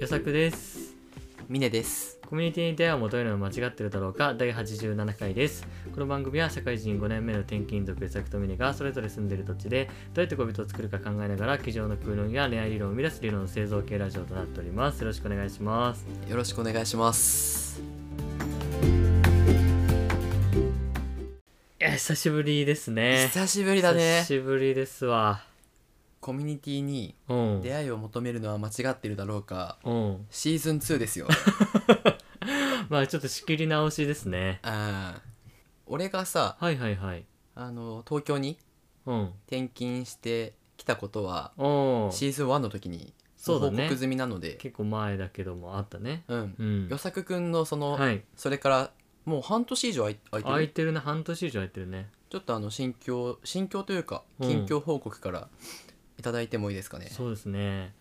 予作ですミネですコミュニティに出会いを求めるのは間違ってるだろうか第87回ですこの番組は社会人5年目の転勤族予作とミネがそれぞれ住んでいる土地でどうやって恋人を作るか考えながら机上の空論や恋愛理論を生み出す理論の製造系ラジオとなっておりますよろしくお願いしますよろしくお願いしますいや久しぶりですね久しぶりだね久しぶりですわコミュニティにうん出会いを求めるのは間違ってるだろうかうんシーズン2ですよ まあちょっと仕切り直しですねあー俺がさはいはいはいあの東京にうん転勤してきたことはおーシーズン1の時にそうだ報ね告済みなので結構前だけどもあったねうんうん与作くんのその、はいそれからもう半年以上空い空いてる空いてるね半年以上空いてるねちょっとあの心境心境というかうん近況報告からいただいてもいいですかね、そうですね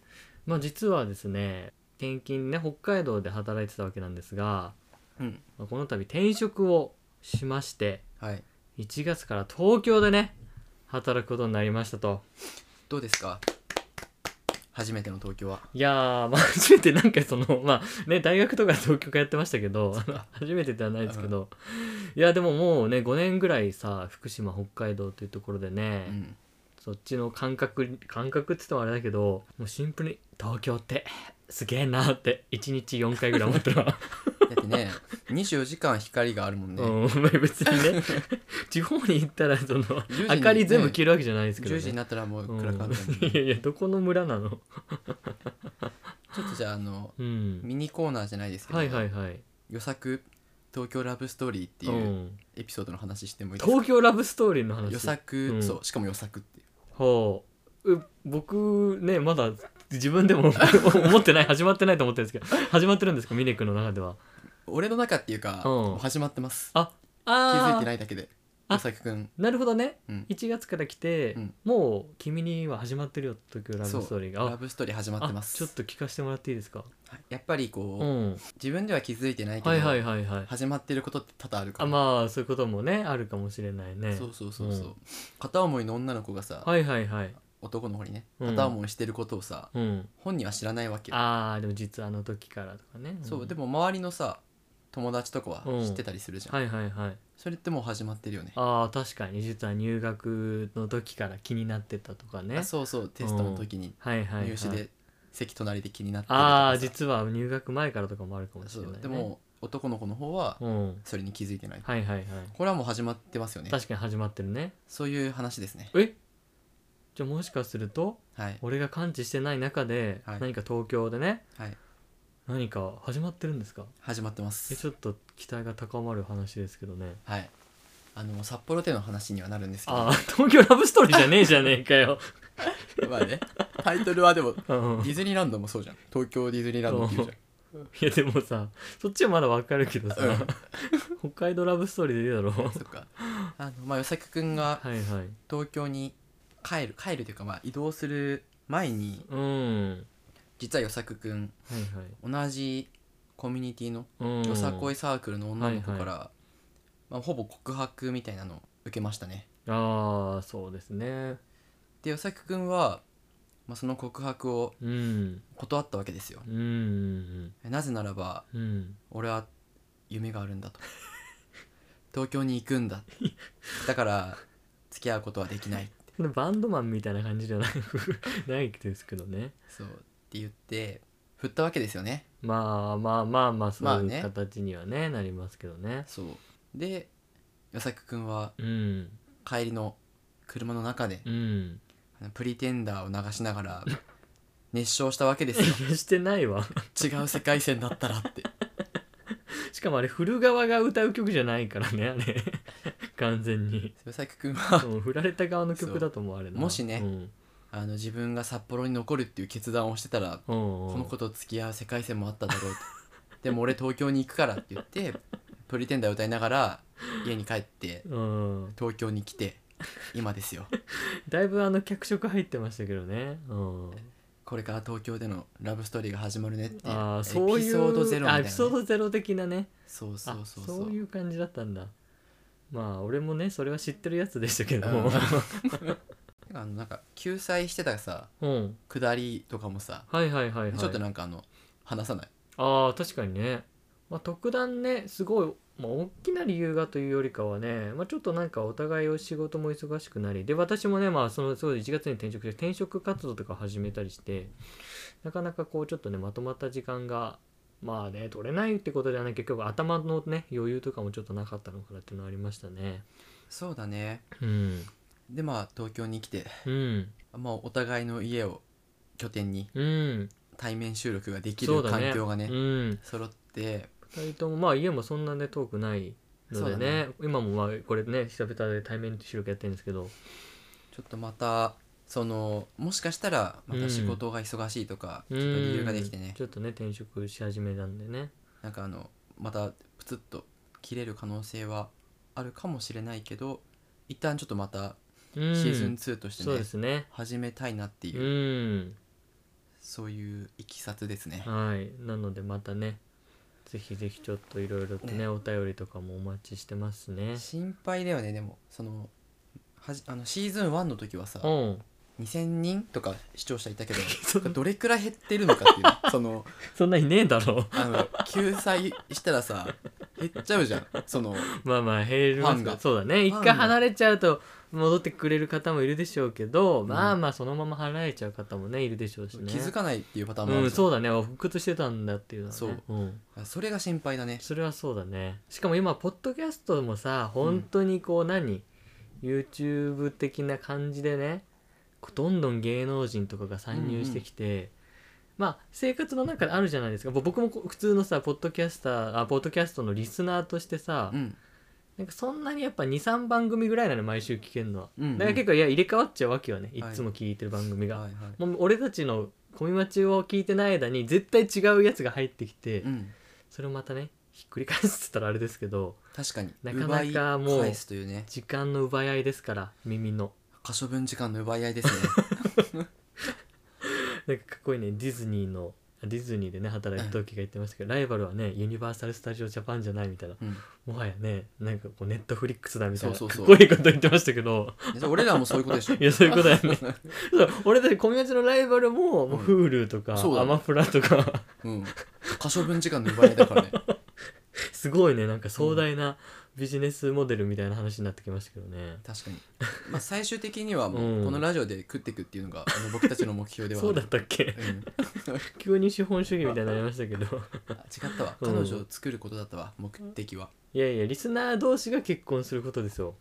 まあ実はですね転勤ね北海道で働いてたわけなんですが、うんまあこの度転職をしましてはい1月から東京でね働くことになりましたとどうですか初めての東京はいやー、 まあ、初めてなんかその まあね大学とか東京からやってましたけど あの初めてではないですけど、いやでももうね5年ぐらいさ福島北海道というところでね、うんそっちの感覚感覚っつってもあれだけどもうシンプルに東京ってすげえなって1日4回ぐらい思ったら、だって ね24時間光があるもんね、うんまあ別にね 地方に行ったらその時に明かり全部消えるわけじゃないですけど、 10ね時になったらもううん暗かったもんね、 いやいやどこの村なのちょっとじゃああのうんミニコーナーじゃないですけど、はいはいはい予作東京ラブストーリーってういうんエピソードの話してもいいですか東京ラブストーリーの話予作、うんそうしかも予作っていうほうえ僕ねまだ自分でも 思ってない始まってないと思ってるんですけど始まってるんですかミネ君の中では俺の中っていうか、うんもう始まってますあ気あづいていないだけであ予作くんなるほどねうん1月から来て、うんもう「君には始まってるよ」東京ラブストーリーがラあブストーリー始まってますあちょっと聞かせてもらっていいですかやっぱりこうう、ん自分では気づいてないけど、はいはいはいはい始まってることって多々あるかあら、まあそういうこともねあるかもしれないねそうそうそうそう、うん片思いの女の子がさ、はいはいはい男の子にねうん片思いしてることをさ、うん本人は知らないわけよ、ああでも実はあの時からとかねそうでもも周りのさ友達とかはうん知ってたりするじゃん、はいはいはいそれってもう始まってるよねああ確かに実は入学の時から気になってたとかねあそうそうテストの時にはいはい、はい、入試で席隣で気になってるとああかさ実は入学前からとかもあるかもしそれない、うね、でも男の子の方はうんそれに気づいてない、はいはいはいこれはもう始まってますよね確かに始まってるねそういう話ですねえじゃあもしかするとはい俺が感知してない中で、はい何か東京でねはい何か始まってるんですか始まってまえすちょっと期待が高まる話ですけど ねはいあの札幌での話にはなるんですけどああ東京ラブストーリーじゃねえじゃねえか よまあねタイトルはでもデうんィズニーランドもそうじゃん東京ディズニーランドっていうじいやでもさそっちはまだわかるけどさ、ゃん、うん、 北海道ラブストーリーでいい だろそっかあのまあ与作くんがはいはい東京に帰る帰るというかまあ移動する前にうんはい実は与作くんはい同じコミュニティのうんよさこいサークルの女の子から、はいまあ、ほぼ告白みたいなのを受けましたねああそうですねで与作くんは、まあ、その告白をうん断ったわけですようんうんなぜならばうんうん俺は夢があるん だと東京に行くんだだから付き合うことはできないでバンドマンみたいな感じじゃない ないですけどねそうって言って振ったわけですよねまあまあまあまあそまあういねう形にはね,、なりますけどねそうで与作くんはうん帰りの車の中でうん「プリテンダー」を流しながら熱唱したわけですよいやしてないわ 違う世界線だったら ってしかもあれ振る側が歌う曲じゃないからねあれ 完全に与作くんはうん振られた側の曲だと思われるそうもしねうんあの自分が札幌に残るっていう決断をしてたらうんうんこの子と付き合う世界線もあっただろうとでも俺東京に行くからって言って 「プリテンダー」歌いながら家に帰ってうん東京に来て今ですよだいぶあの脚色入ってましたけどねうんこれから東京でのラブストーリーが始まるねっていうあエあピそういうソードゼロみたあいエピな、ね、ソードゼロ的なねそうあそうそうそそうういう感じだったんだまあ俺もねそれは知ってるやつでしたけどうもん あのなんか救済してたさうん下りとかもさ、はいはいはいはいちょっとなんかあの話さないああ確かにね、まあ、特段ねすごい、まあ、大きな理由がというよりかはね、まあ、ちょっとなんかお互いお仕事も忙しくなりで私もねまあそのそう1月に転職して転職活動とか始めたりしてなかなかこうちょっとねまとまった時間がまあね取れないってことじゃない結局頭のね余裕とかもちょっとなかったのかなっていうのはありましたねそうだねうんでまあ東京に来て、うんまあ、お互いの家を拠点にうん対面収録ができそるうだ環境がねうん揃って2人ともまあ家もそんなね遠くないのそうでだねね今もまあこれね久々で対面収録やってるんですけどちょっとまたそのもしかしたらまた仕事が忙しいとか、ちょっと理由ができてうんねちょっとね転職し始めたんでねなんかあのまたプツッと切れる可能性はあるかもしれないけど一旦ちょっとまたシシーズン2 2としてそうね、ですね始めたいなっていうう、んそういういきさつですね、はいなのでまたねぜひぜひちょっといろいろとねねお便りとかもお待ちしてますね心配だよねでもそのはじあのシーズン1の時はさうん2000人とか視聴者いたけど そんどれくらい減ってるのかって いうのそのそんないねえだろ あの救済したらさ減っちゃうじゃんそのまあまあ減りますファンががそうだね一ファ回ンが離れちゃうと戻ってくれる方もいるでしょうけど、んまあまあそのまま離れちゃう方もねいるでしょうしね気づかないっていうパターンもあうるんじゃんそうだね復活してたんだっていうのはねそうんそれが心配だねそれはそうだねしかも今ポッドキャストもさ本当にこう何、YouTube 的な感じでねこうどんどん芸能人とかが参入してきて、まあ生活の中であるじゃないですかぼ僕もこう普通のさポッドキャスターあポッドキャストのリスナーとしてさ、うんなんかそんなにやっぱ23番組ぐらいなの毎週聞けるのは、うんうんだから結構いや入れ替わっちゃうわけよねいはいつも聞いてる番組が、はいはいもう俺たちのコミマチを聞いてない間に絶対違うやつが入ってきて、うんそれをまたねひっくり返すっつったらあれですけど確かになかなかもう奪い返すというね時間の奪い合いですから耳の可処分時間の奪い合いです ねなんかかっこいいねディズニーのあディズニーでね働いた時が言ってましたけど、ライバルはねユニバーサル・スタジオ・ジャパンじゃないみたいなうんもはやねなんかこうネットフリックスだみたいなそうそうそうかっこいいこと言ってましたけどで俺らもそういうことでしょいやそういうことだよねそう俺たちコミュニティのライバルももううん Hulu とか、そうだアねマプラとか うん可処分時間の奪い合いだからねすごいねなんか壮大なビジネスモデルみたいな話になってきましたけどね、確かに、まあ、最終的にはもうんうこのラジオで食っていくっていうのがあの僕たちの目標ではあそうるだったっけうん 急に資本主義みたいになりましたけどあ違ったわう彼ん女を作ることだったわ目的は いやいやリスナー同士が結婚することですよ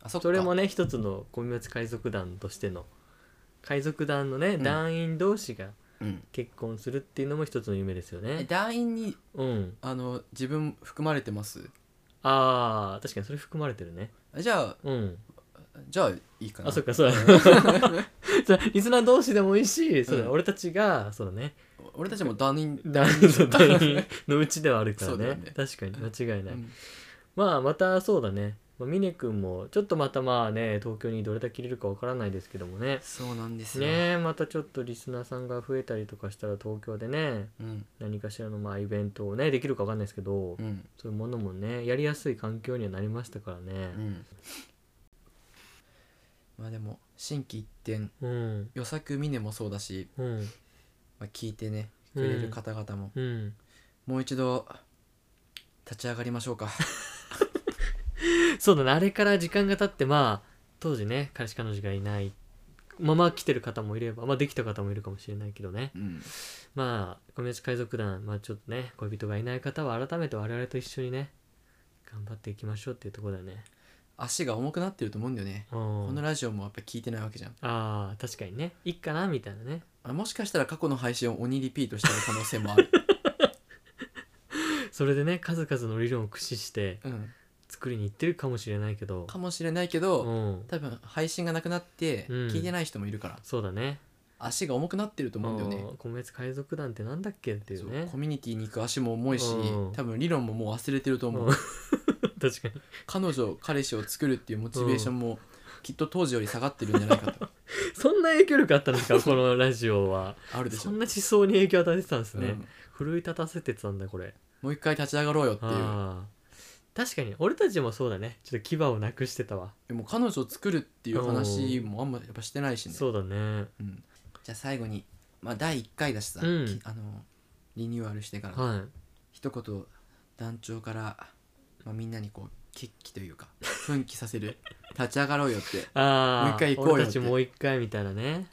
あそっかそれもね一つの小松海賊団としての海賊団のね、ん団員同士がうん結婚するっていうのも一つの夢ですよえね団員にうんあの自分含まれてますあー確かにそれ含まれてるねあじゃあうんじゃあいいかなあそっかそうだ そうリスナー同士でもいいしそうだ、うん俺たちがそうだね 俺たちも団員 団員そう団員のうちではあるから そうだねよね確かに間違いない、 うんまあまたそうだねまあ峰君もちょっとまたまあね東京にどれだけいれるかわからないですけどもねそうなんですよ、ねえまたちょっとリスナーさんが増えたりとかしたら東京でねうん何かしらのまあイベントをねできるかわかんないですけど、うんそういうものもねやりやすい環境にはなりましたからうねんまあでも心機一転うん予作峰もそうだし、うんまあ、聞いてねくれる方々も、うんもう一度立ち上がりましょうかそうだねあれから時間が経ってまあ当時ね彼氏彼女がいないまま来てる方もいればまあできた方もいるかもしれないけどねうんまあ小宮地海賊団まあちょっとね恋人がいない方は改めて我々と一緒にね頑張っていきましょうっていうところだね足が重くなってると思うんだよね、うこのんラジオもやっぱ聞いてないわけじゃんああ確かにねいいかなみたいなねあもしかしたら過去の配信を鬼リピートしてる可能性 もある、それでね数々の理論を駆使してうん、作りに行ってるかもしれないけどかもしれないけうどん多分配信がなくなってうん聞いてない人もいるから、そうだね足が重くなってると思うんだよねうん米津海賊団ってなんだっけっていそううねコミュニティに行く足も重いしうん多分理論ももう忘れてると思う、うん 確かに彼女彼氏を作るっていうモチベーションもきっと当時より下がってるんじゃない かとそんな影響力あったんですかこのラジオ はあるでしそょ、んな思想に影響を与えてたんですうね、ん奮い立たせてたんだこれもう一回立ち上がろうよっていうあー確かに俺たちもそうだねちょっと牙をなくしてたわ、でも彼女を作るっていう話もあんまやっぱしてないしね、そうだねうんじゃあ最後に、まあ、第1回だしさ、うんきあのリニューアルしてからは一言団長から、まあ、みんなにこう決起というか奮起させ る立ち上がろうよっていああもう一回行こうよ俺たってちもう一回みたいなね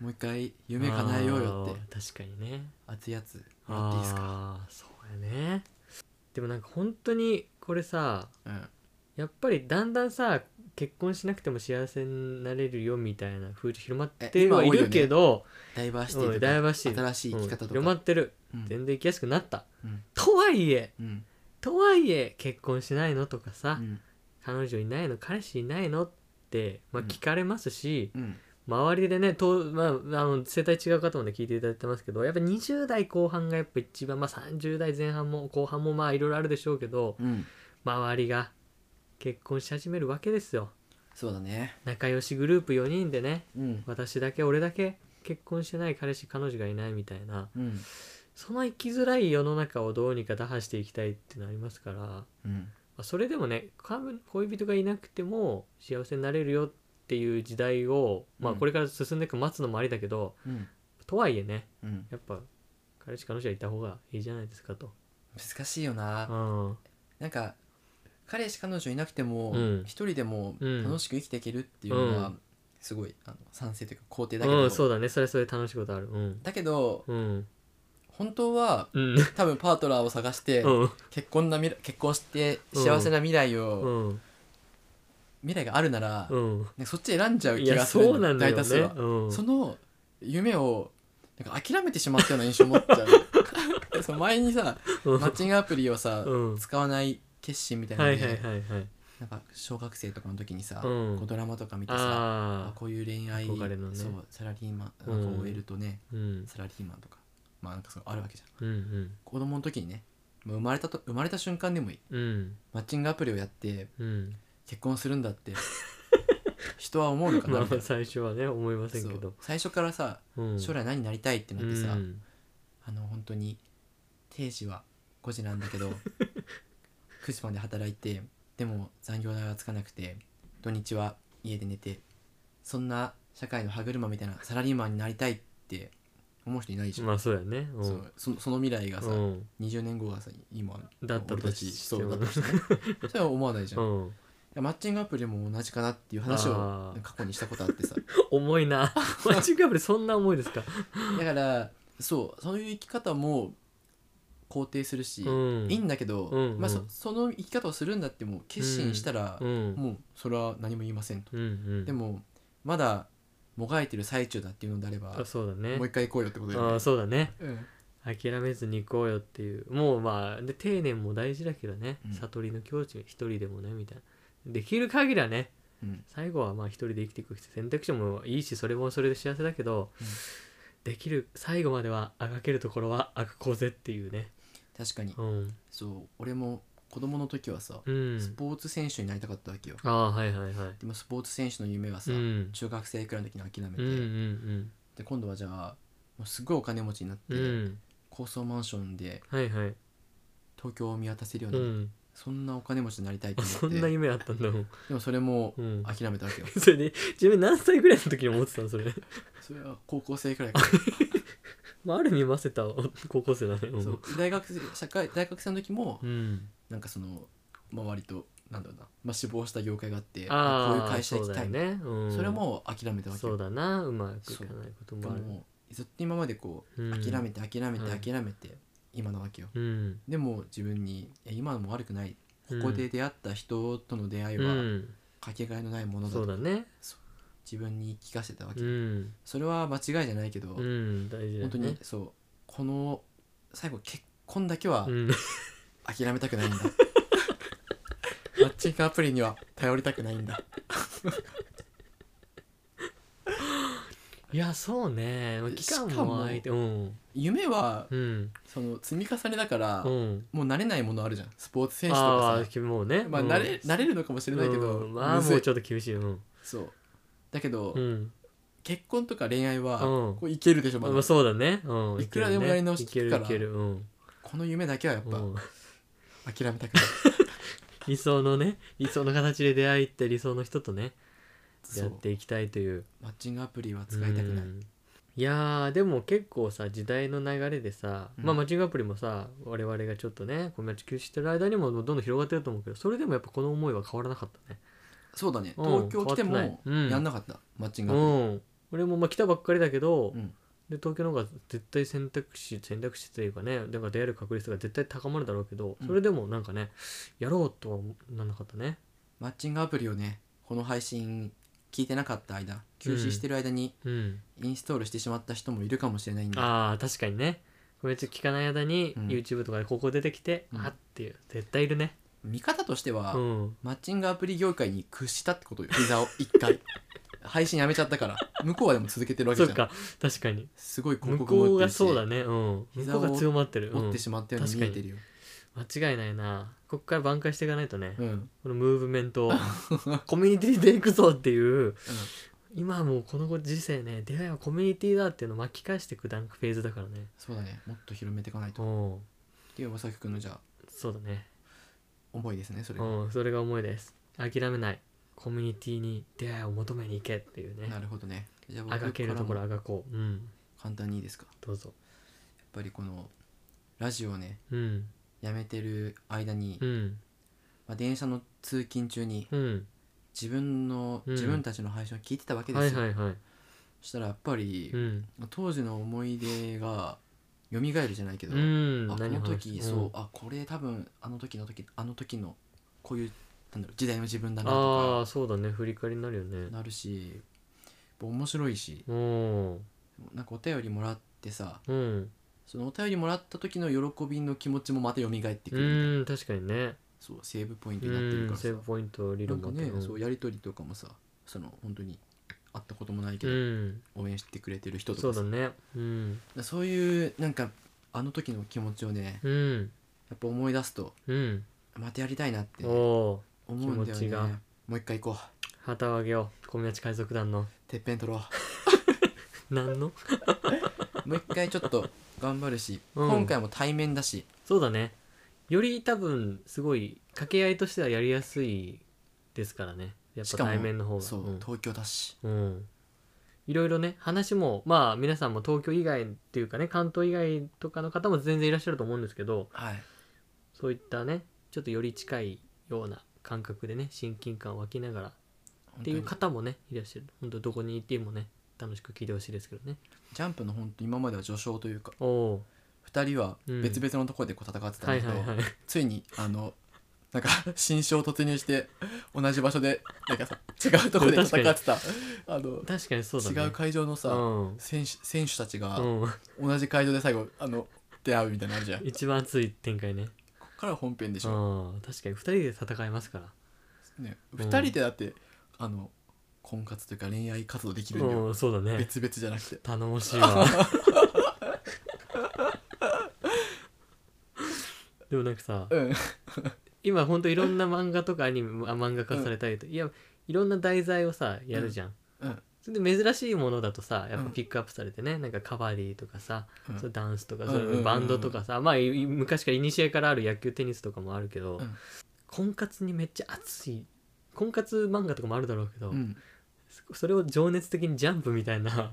もう一回夢叶えようよってあー確かにね熱いやつもらっていいですかああーそうやねでもなんか本当にこれさうんやっぱりだんだんさ結婚しなくても幸せになれるよみたいな風潮広まってえ今は多いいよねるけど、ダイバーシティとうかんダイバーシティ新しい生きうん方と広まか、ってるうん全然生きやすくなった、うんとはいえうんとはいえ結婚しないのとかさ、うん彼女いないの彼氏いないのって、まあ、うん聞かれますし、うん周りでねと、まあ、あの世帯違う方もね聞いていただいてますけどやっぱ20代後半がやっぱ一番、まあ、30代前半も後半もまあいろいろあるでしょうけどうん周りが結婚し始めるわけですよそうだね仲良しグループ4人でねうん私だけ俺だけ結婚してない彼氏彼女がいないみたいなうんその生きづらい世の中をどうにか打破していきたいっていうのありますから、まうんあそれでもねか恋人がいなくても幸せになれるよっていう時代を、まあ、うんこれから進んでいく待つのもありだけど、うんとはいえねうんやっぱ彼氏彼女がいた方がいいじゃないですかと。難しいよなうんなんか彼氏彼女いなくてもうん一人でもうん楽しく生きていけるっていうのうはすごいあの賛成というか肯定だけうん、そどうだねそれそれ楽しいことあるうんだけどうん本当はうん多分パートナーを探してうん結婚な未来結婚して幸せな未来うをん未来があるならうんなんかそっち選んじゃうい気やがするそうなんだよね大多数はうんその夢をなんか諦めてしまったような印象を持っちゃ う その前にさうんマッチングアプリをさうん使わない決心みたいなはのいはいではいはいなんか小学生とかの時にさ、うんこうドラマとか見てさああこういう恋愛憧れのねそうサラリーマンうんなんか OL とね、あうんサラリーマンとかまあなんかそうあるわけじゃんうん子供の時にねもう生まれたと生まれた瞬間でもいいうんうんマッチングアプリをやってうん結婚するんだって 人は思うのかなまあみたいな最初はね思いませんそけうど最初からさ将将来何になりたいってなうってさ、んあの本当に定時は5時なんだ けど9時まで働いてでも残業代はつかなくて土日は家で寝てそんな社会の歯車みたいなサラリーマンになりたいって思う人いないでしょ、まあそうやねうんそうそその未来がさ、うん20年後がさ今だった俺たとちしてそうもだったとしてねそれは思わないじゃん、ういんやマッチングアプリも同じかなっていう話をあー過去にしたことあってさ 重いな マッチングアプリそんな重いですかだからそうそういう生き方も肯定するし、うんいいんだけど、うんまあ、うそんその生き方をするんだってもう決心したら、うんもうそれは何も言いませんと、うんうんでもまだもがいてる最中だっていうのであればあそうだねもう一回行こうよってことだよあねそうだねうん諦めずに行こうよっていうもうまあで丁寧も大事だけどね、うん悟りの境地一人でもねみたいなできる限りはねうん最後はまあ一人で生きていく選択肢もいいしそれもそれで幸せだけど、うんできる最後まではあがけるところはあがこうぜっていうね確かにうん、そう俺も子供の時はさ、うスん、ポーツ選手になりたかったわけよああはいはいはいでもスポーツ選手の夢はさ、うん中学生くらいの時に諦めて、うんうんで今度はじゃあもうすごいお金持ちになって、うんうん高層マンションではいはい東京を見渡せるよううな、んそんなお金持ちになりたいとあ思ってそんな夢あったんだもんでもそれもうん諦めたわけよ、それで自分何歳ぐらいの時に思ってたのそれ それは高校生くらいかまあある意味ませた高校生だねらんそう大学生社会大学生の時もうんなんかその周りとなんだろうな、まあ、死亡した業界があってあこーういう会社行きそたいうそ,、だよね、うん、れも諦めたわけそうよだなうまくいかないことでもあるもずっと今までこううん諦めて諦めはいて諦めて、今なわけようんでも自分にいや今のも悪くないここで出会った人との出会いうはんかけがえのないものだそうとだね自分に言い聞かせたわけ、うんそれは間違いじゃないけど、うん大事だよね本当にそうこの最後結婚だけはうん諦めた くないんだマッチングアプリには頼りたくないんだいやそうね期間しかもも空いてうん夢はうんその積み重ねだから、うんもう慣れないものあるじゃんスポーツ選手とああかさ君もうねまあうん慣れ,、慣れるのかもしれないけど、うんまあむもずういちょっと厳しいうんそうだけど、うん結婚とか恋愛は、うんこういけるでしょままだ、あそうだねうんいくらでもやり直しい聞けくるかねらいけるいけるうんこの夢だけはやっぱ、うん諦めたくない理想のね理想の形で出会いって理想の人とねそやっうていきたいというマッチングアプリは使いたくない、うんいやーでも結構さ時代の流れでさ、うんまあマッチングアプリもさ我々がちょっとねコメント休止してる間にもどんどん広がってると思うけどそれでもやっぱこの思いは変わらなかったねそうだねうん東京来て変わってもないうんやんなかった、マッチングうアプん俺もまあ来たばっかりだけど、うんで東京の方が絶対選択肢選択肢というかねだから出会える確率が絶対高まるだろうけどうんそれでもなんかねやろうとはなんなかったねリマッチングアプリをねこの配信聞いてなかった間休止してる間にうんインストールしてしまった人もいるかもしれないんで、あー確かにねコメント聞かない間にうん YouTube とかでここ出てきて、うんあっていう絶対いるね見方としては、うんマッチングアプリ業界に屈したってことよ膝を一回配信やめちゃったから向こうはでも続けてるわそけっじゃんか確かにすごい広向告こ持うってがるしそうだねうん向膝こをうが強まってる、うん持ってしまったように見えてるよ、間違いないなこっから挽回していかないとね、うんこのムーブメント をコミュニティでいくぞっていう今はもうこのご時世ね出会いはコミュニティだっていうのを巻き返していく段フェーズだからねそうだねもっと広めていかないとうっんていう尾崎君のじゃあそうだね思いですねそれが、うんそれが思いです諦めないコミュニティに出会いを求めに行けっていうねなるほどねじゃああがけるところもあがこううん簡単にいいですかやどうぞっぱりこのラジオをねうんやめてる間に、うんまあ、電車の通勤中にうん自分の、うん自分たちの配信を聞いてたわけですはよ、いはいはいそしたらやっぱり、うん当時の思い出が蘇るじゃないけど、うんあこ何の話時、んそうあこれ多分あの時の時あの時のこういうなんだろう時代の自分だなあとあそうだね振り返りになるよねかなるしやっぱ面白いしうんなんかお便りもらってさうんそのお便りもらった時の喜びの気持ちもまた蘇ってくうるみたいな、ーん確かにねそうセーブポインうトになってるかんらさセーブポイント理な論んもかあってねうんそうやり取りとかもさその本当に会ったこともないけど、うん応援してくれてる人とかそうさだねうんそういうなんかあの時の気持ちをねうんやっぱ思い出すとうんまたやりたいなってお思おうんだよ気持ちがねもう一回行こうー旗をあげよう小宮地海賊団の てっぺん取ろう何のもう一回ちょっと頑張るし、うん今回も対面だしそうだねより多分すごい掛け合いとしてはやりやすいですからねやっしぱかも対面の方がそう、うん東京だしうん、いろいろね話もまあ皆さんも東京以外っていうかね関東以外とかの方も全然いらっしゃると思うんですけどはいそういったねちょっとより近いような感覚でね親近感湧きながらっていう本当に方もねいらっしゃる本当どこにいてもね楽しく聞いてほしいですけどねジャンプの本当今までは序章というかおお2人はうん別々のところでこう戦ってたんはだいけど、はいはいついにあのなんか 新章突入して同じ場所でなんかさ違うところで戦ってたあの、確かにそうだね違う会場のさ、うん選手選手たちがうん、同じ会場で最後あの出会うみたいなのあるじゃんこ一番熱い展開ねこから本編でしうょ、ん確かに2人で戦いますからね、ん2人でだってあの婚活というか恋愛活動できるんだようんそうだね別々じゃなくて頼もしい わでもなんかさうん今ほんといろんな漫画とかアニメあ漫画化されたりといやいろんな題材をさやるじゃん、うんそれで珍しいものだとさやっうぱんピックアップされてね、なんかカバディとかさ、うんそうダンスとか、うんそうんうんうれんバンドとかさ、まあいい昔から古からある野球テニスとかもあるけど、うん婚活にめっちゃ熱い婚活漫画とかもあるだろうけど、うんそれを情熱的にジャンプみたい な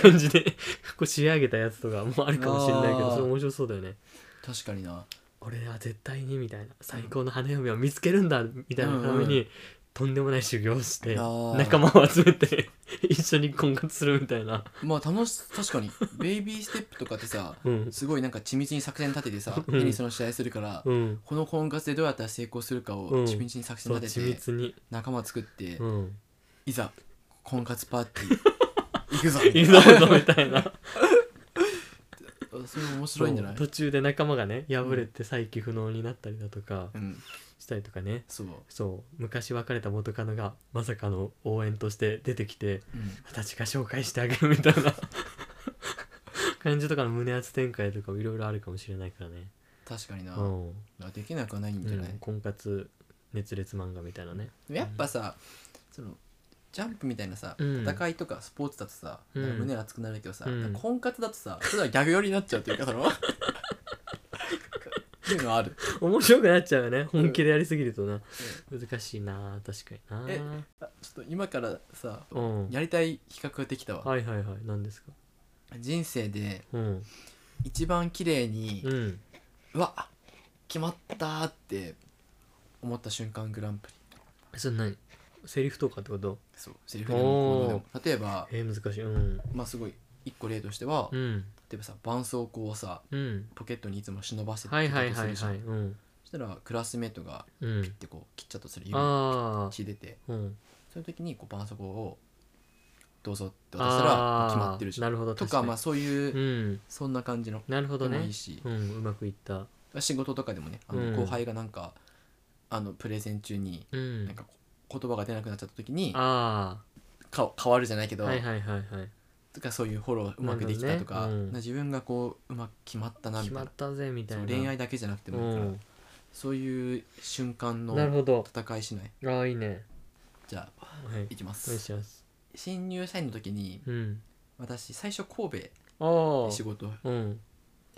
感じでこう仕上げたやつとかもあるかもしれないけあどそーれ面白そうだよね確かにな俺は絶対にみたいな最高の花嫁を見つけるんだみたいなために、うんうんとんでもない修行をしてあー仲間を集めて 一緒に婚活するみたいな、まあ楽し確かにベイビーステップとかってさうんすごいなんか緻密に作戦立ててさうテんニスの試合するから、うん、この婚活でどうやったら成功するかをうん緻密に作そ戦う立緻てて密に、仲間作って、うん、いざ婚活パーテ ィー行くぞみたいいるなぞみたいなそれ面白いんじゃないそう途中で仲間がね破れて再起不能になったりだとかうんしたりとかねそう、そう昔別れた元カノがまさかの応援として出てきてうん、私が紹介してあげるみたいな感じとかの胸圧展開とかもいろいろあるかもしれないからね確かにな、うん、できなくはないんじゃない、うん婚活熱烈漫画みたいなねやっぱさそのジャンプみたいなさ、うん戦いとかスポーツだとさ、うんなんか胸熱くなるけどさ、うん婚活だとさそれはギャグ寄りになっちゃうっていうかその っていうのはある面白くなっちゃうよね本気でやりすぎるとな、難しいな確かになえあちょっと今からさうんやりたい比較ができたわはいはいはい何ですか人生でうん一番綺麗に、ううんわ決まったーって思った瞬間グランプリそれ何セリフとかってことそうセリフでも行動でも例えばえー、難しいうんまあすごい一個例としては、うん例えばさ絆創膏をさうんポケットにいつも忍ばせてはいはたいとすはいるじゃはいんうんそしたらクラスメートがうピッんてこう切っちゃったとする指あ血出てあうんその時にこう絆創膏をどうぞって渡したらもうああ決まってるじゃなんるほどとかまああそういう、うんそんな感じのなるほでどもいねいしう、んうまくいった仕事とかでもねあうんの後輩がなんか、あのプレゼン中にうんなんかこう言葉が出なくなっちゃった時にあか変わるじゃないけあど、はいはいはいはいとかそういうフォローうまくできたとなか,、るほどねうん自分がこううまく決まったなみ決たまいなったぜみたいそなう恋愛だけじゃなくてもいいから、うそういう瞬間んなるのほど戦いしないああいいねじゃあはいいきまお願いすします新入社員の時にうん私最初神戸でああ仕事をうん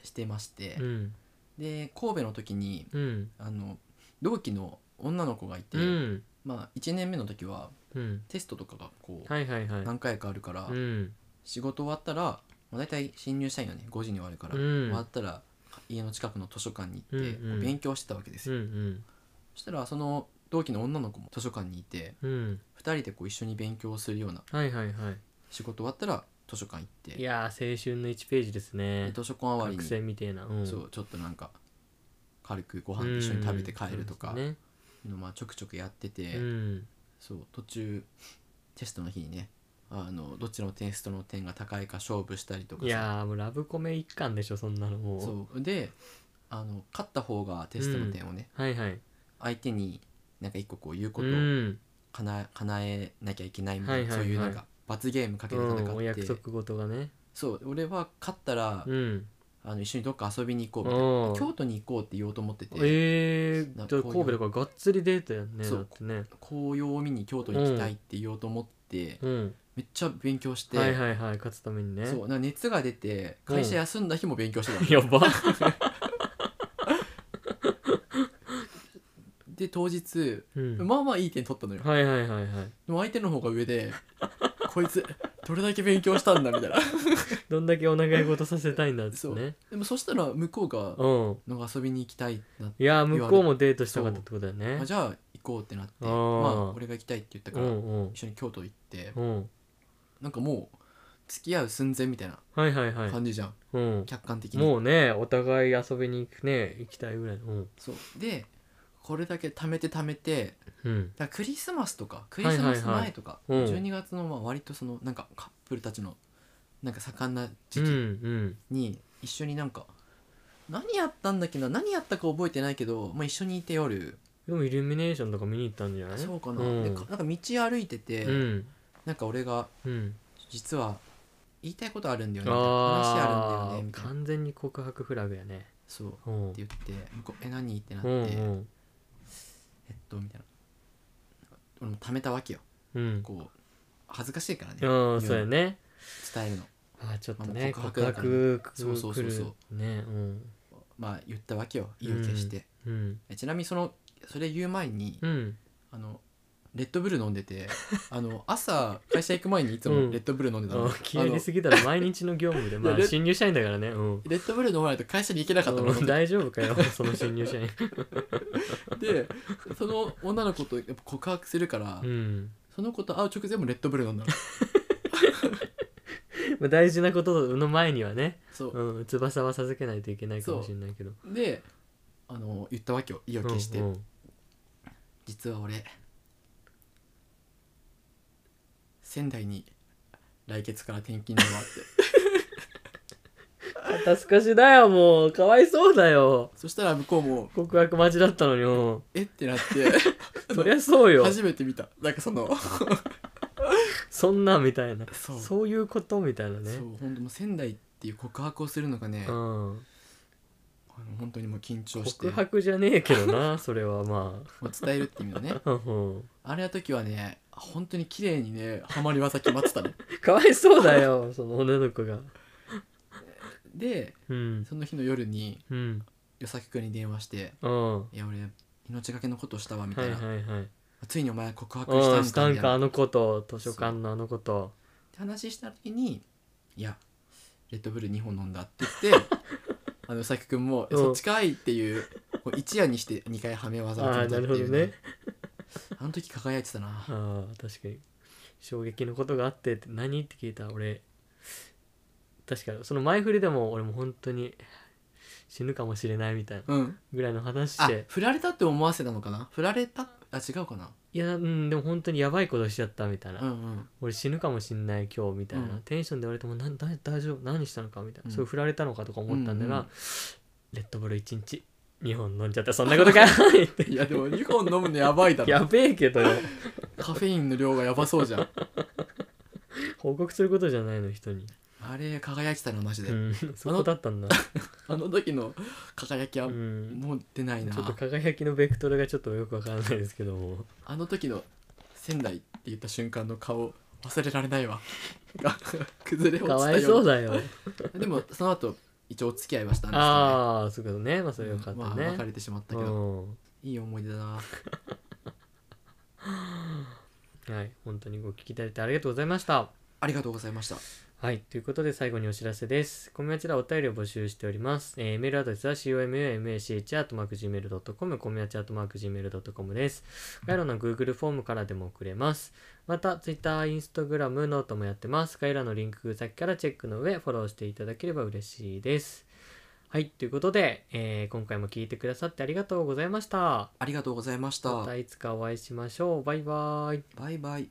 してましてう、んで神戸の時にうんあの同期の女の子がいて、うんまあ1年目の時はうんテストとかがこうはいはいはい何回かあるから、うん仕事終わったら、まあ、大体新入社員はね5時に終わるから、うん終わったら家の近くの図書館に行って、うんうんこう勉強してたわけですうんよ、うんそしたらその同期の女の子も図書館にいてうん2人でこう一緒に勉強するようなはいはいは仕事終わったら図書館行っいいてやー青春の1ページですでね図書館終わり学に、生みてえなうんそうちょっとなんか軽くご飯一緒に食べて帰るとかうんうんのまあちょくちょくやってて、うんそう途中テストの日にねあのどっちのテストの点が高いか勝負したりとかいさやーもうラブコメ一貫でしょそんなのもうそうであの勝った方がテストの点をね、はいはい相手になんか一個こう言うことうをんかな、叶えなきゃいけないみたいはいはな、いはいそういうなんか罰ゲームかけてうんお戦っ約て、束事がねそう俺は勝ったら、うんあの一緒にどっか遊びに行こうみたいなお京都に行こうって言おうと思ってて、えー、なじゃあこうい神う戸だからがっつりデートやんねそうだってね紅葉を見に京都に行きたいって言おうと思って、うんめっちゃ勉強して、はいはいはい勝つためにねそうなんか熱が出て会社休んだ日も勉強してた の、や ばで当日、うんまあまあいい点取ったのよはいはいはいはいでも相手の方が上で こいつどれだけ勉強したんだみたいなどんだけお願い事させたいんだっつそってねうでもそしたら向こうがうんなんか遊びに行きたいってなって、いやー向こうもデートしたかったってことだよねあじゃあ行こうってなってあーまあ俺が行きたいって言ったうから、んうん一緒に京都行ってうんなんかもう付き合う寸前みたいなはいはいはい感じじゃん、うん客観的にもうねお互い遊びに行くね行きたいぐらいのうんそうでこれだけ貯めて貯めてうんだからクリスマスとかクリスマス前とか、はいはいはいうん12月のまあ割とそのなんかカップルたちのなんか盛んなう時ん期うんに一緒になんか何やったんだっけな何やったか覚えてないけど、まあ、一緒にいて夜でもイルミネーションとか見に行ったんじゃないそうかな、うんでかなんか道歩いてて、うんなんか俺がうん実は言いたいことあるんだよね話あるんだあよねーみたいな完全に告白フラグやねそうっうんて言って向こうえ何ってなって、うんうえっんとみたいな俺もためたわけようんこう恥ずかしいからねうんそうやね伝えるのあーちょっとまねあ告告白だからね白くそうそうそうそうくるねうんまあ言ったわけよ意を決して、うんえちなみにそのそれ言う前に、うんあのレッドブル飲ん でてあの朝会社行く前にいつもうんレッドブル飲んでたの,、あ気合い入れすぎたら毎日の業務でまいあやレ新入社員だからねうんレッドブル飲まないと会社に行けなかったもうんん大丈夫かよその新入社員でその女の子とやっぱ告白するから、うんその子と会う直前もレッドブル飲んだのまあ大事なことの前にはねそううん翼は授けないといけないかもしれないけどであの言ったわけよ意を決して、うんうん実は俺仙台に来月から転勤だわって肩透かしだよもうかわいそうだよそしたら向こうも告白待ちだったのにうんえってなって そりゃそうよ初めて見たなんかそのそんなみたいなそそうういうことみたいなねそう本当もう仙台っていう告白をするのがね、あのうん本当にもう緊張して告白じゃねえけど なそれはままあ伝えるって意味 だねあうんあれの時はね本当に綺麗にねハマり技決まってたのかわいそうだよその女の子がでうんその日の夜にうん与作君に電話してうんは「いや俺命がけのことしたわ」みいたはいいな、はいついにお前告白しうたんんだ」みしたたいんなかあの子と図書館のあの子とって話した時に「いやレッドブル2本飲んだって言 ってあの佐木君も「うんそっちかい!」っていうこう一夜にして2回はめ技を決めあたってーなるいほうどねねあの時輝いてたなああ確かに衝撃のことがあってって何って聞いた俺確かにその前振りでも俺も本当に死ぬかもしれないみたいなうんぐらいの話しあて振られたって思わせたのかな振られたあ違うかないやうんでも本当にやばいことしちゃったみたいな、うんうん俺死ぬかもしんない今日みたいな、うんテンションで言われてもなんだ大丈夫何したのかみたいな、うんそう振られたのかとか思ったんだが、うんうんレッドブル1日2本飲んじゃったそんなこと かっていやでも2本飲むのやばいだろやべえけどよカフェインの量がやばそうじゃん報告することじゃないの人に、あれ輝いてたなマジで、うん、そこだった んだ、あの時の輝きはうん、もう出ないなちょっと輝きのベクトルがちょっとよくわからないですけどもあの時の仙台って言った瞬間の顔忘れられないわが 崩れ落ち たかよわいそうだよでもその後一応お付き合いはしたんですけどああそういうことねまあそれねはよかったね、まあ別れてしまったけど、いい思い出だなうん、はい本当にご聞きいただいてありがとうございましたありがとうございましたはい。ということで、最後にお知らせです。コメアチではお便りを募集しております。えーメールアドレスは comumach.gmail.com、コメアチ .gmail.com です。概要欄の Google フォームからでも送れます。また、Twitter、Instagram、ノートもやってます。概要欄のリンク先からチェックの上、フォローしていただければ嬉しいです。はい。ということで、えー今回も聞いてくださってありがとうございました。ありがとうございましたまたいつかお会いしましょう。バイバイ。バイバイ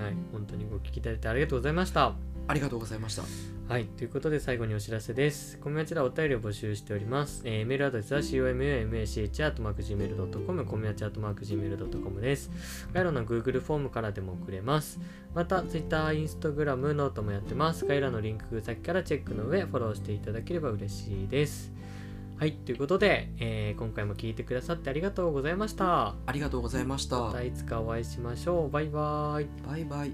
はい。本当にご聞きいただいてありがとうございました。ありがとうございましたはい、ということで最後にお知らせです。コメアチではお便りを募集しております。えーメールアドレスは comumach.gmail.com、コメアチ .gmail.com です。概要欄の Google フォームからでも送れます。また、Twitter、Instagram、ノートもやってます。概要欄のリンク先からチェックの上、フォローしていただければ嬉しいです。はい、ということで、えー今回も聞いてくださってありがとうございました。ありがとうございましたまたいつかお会いしましょう。バイバイ。バイバイ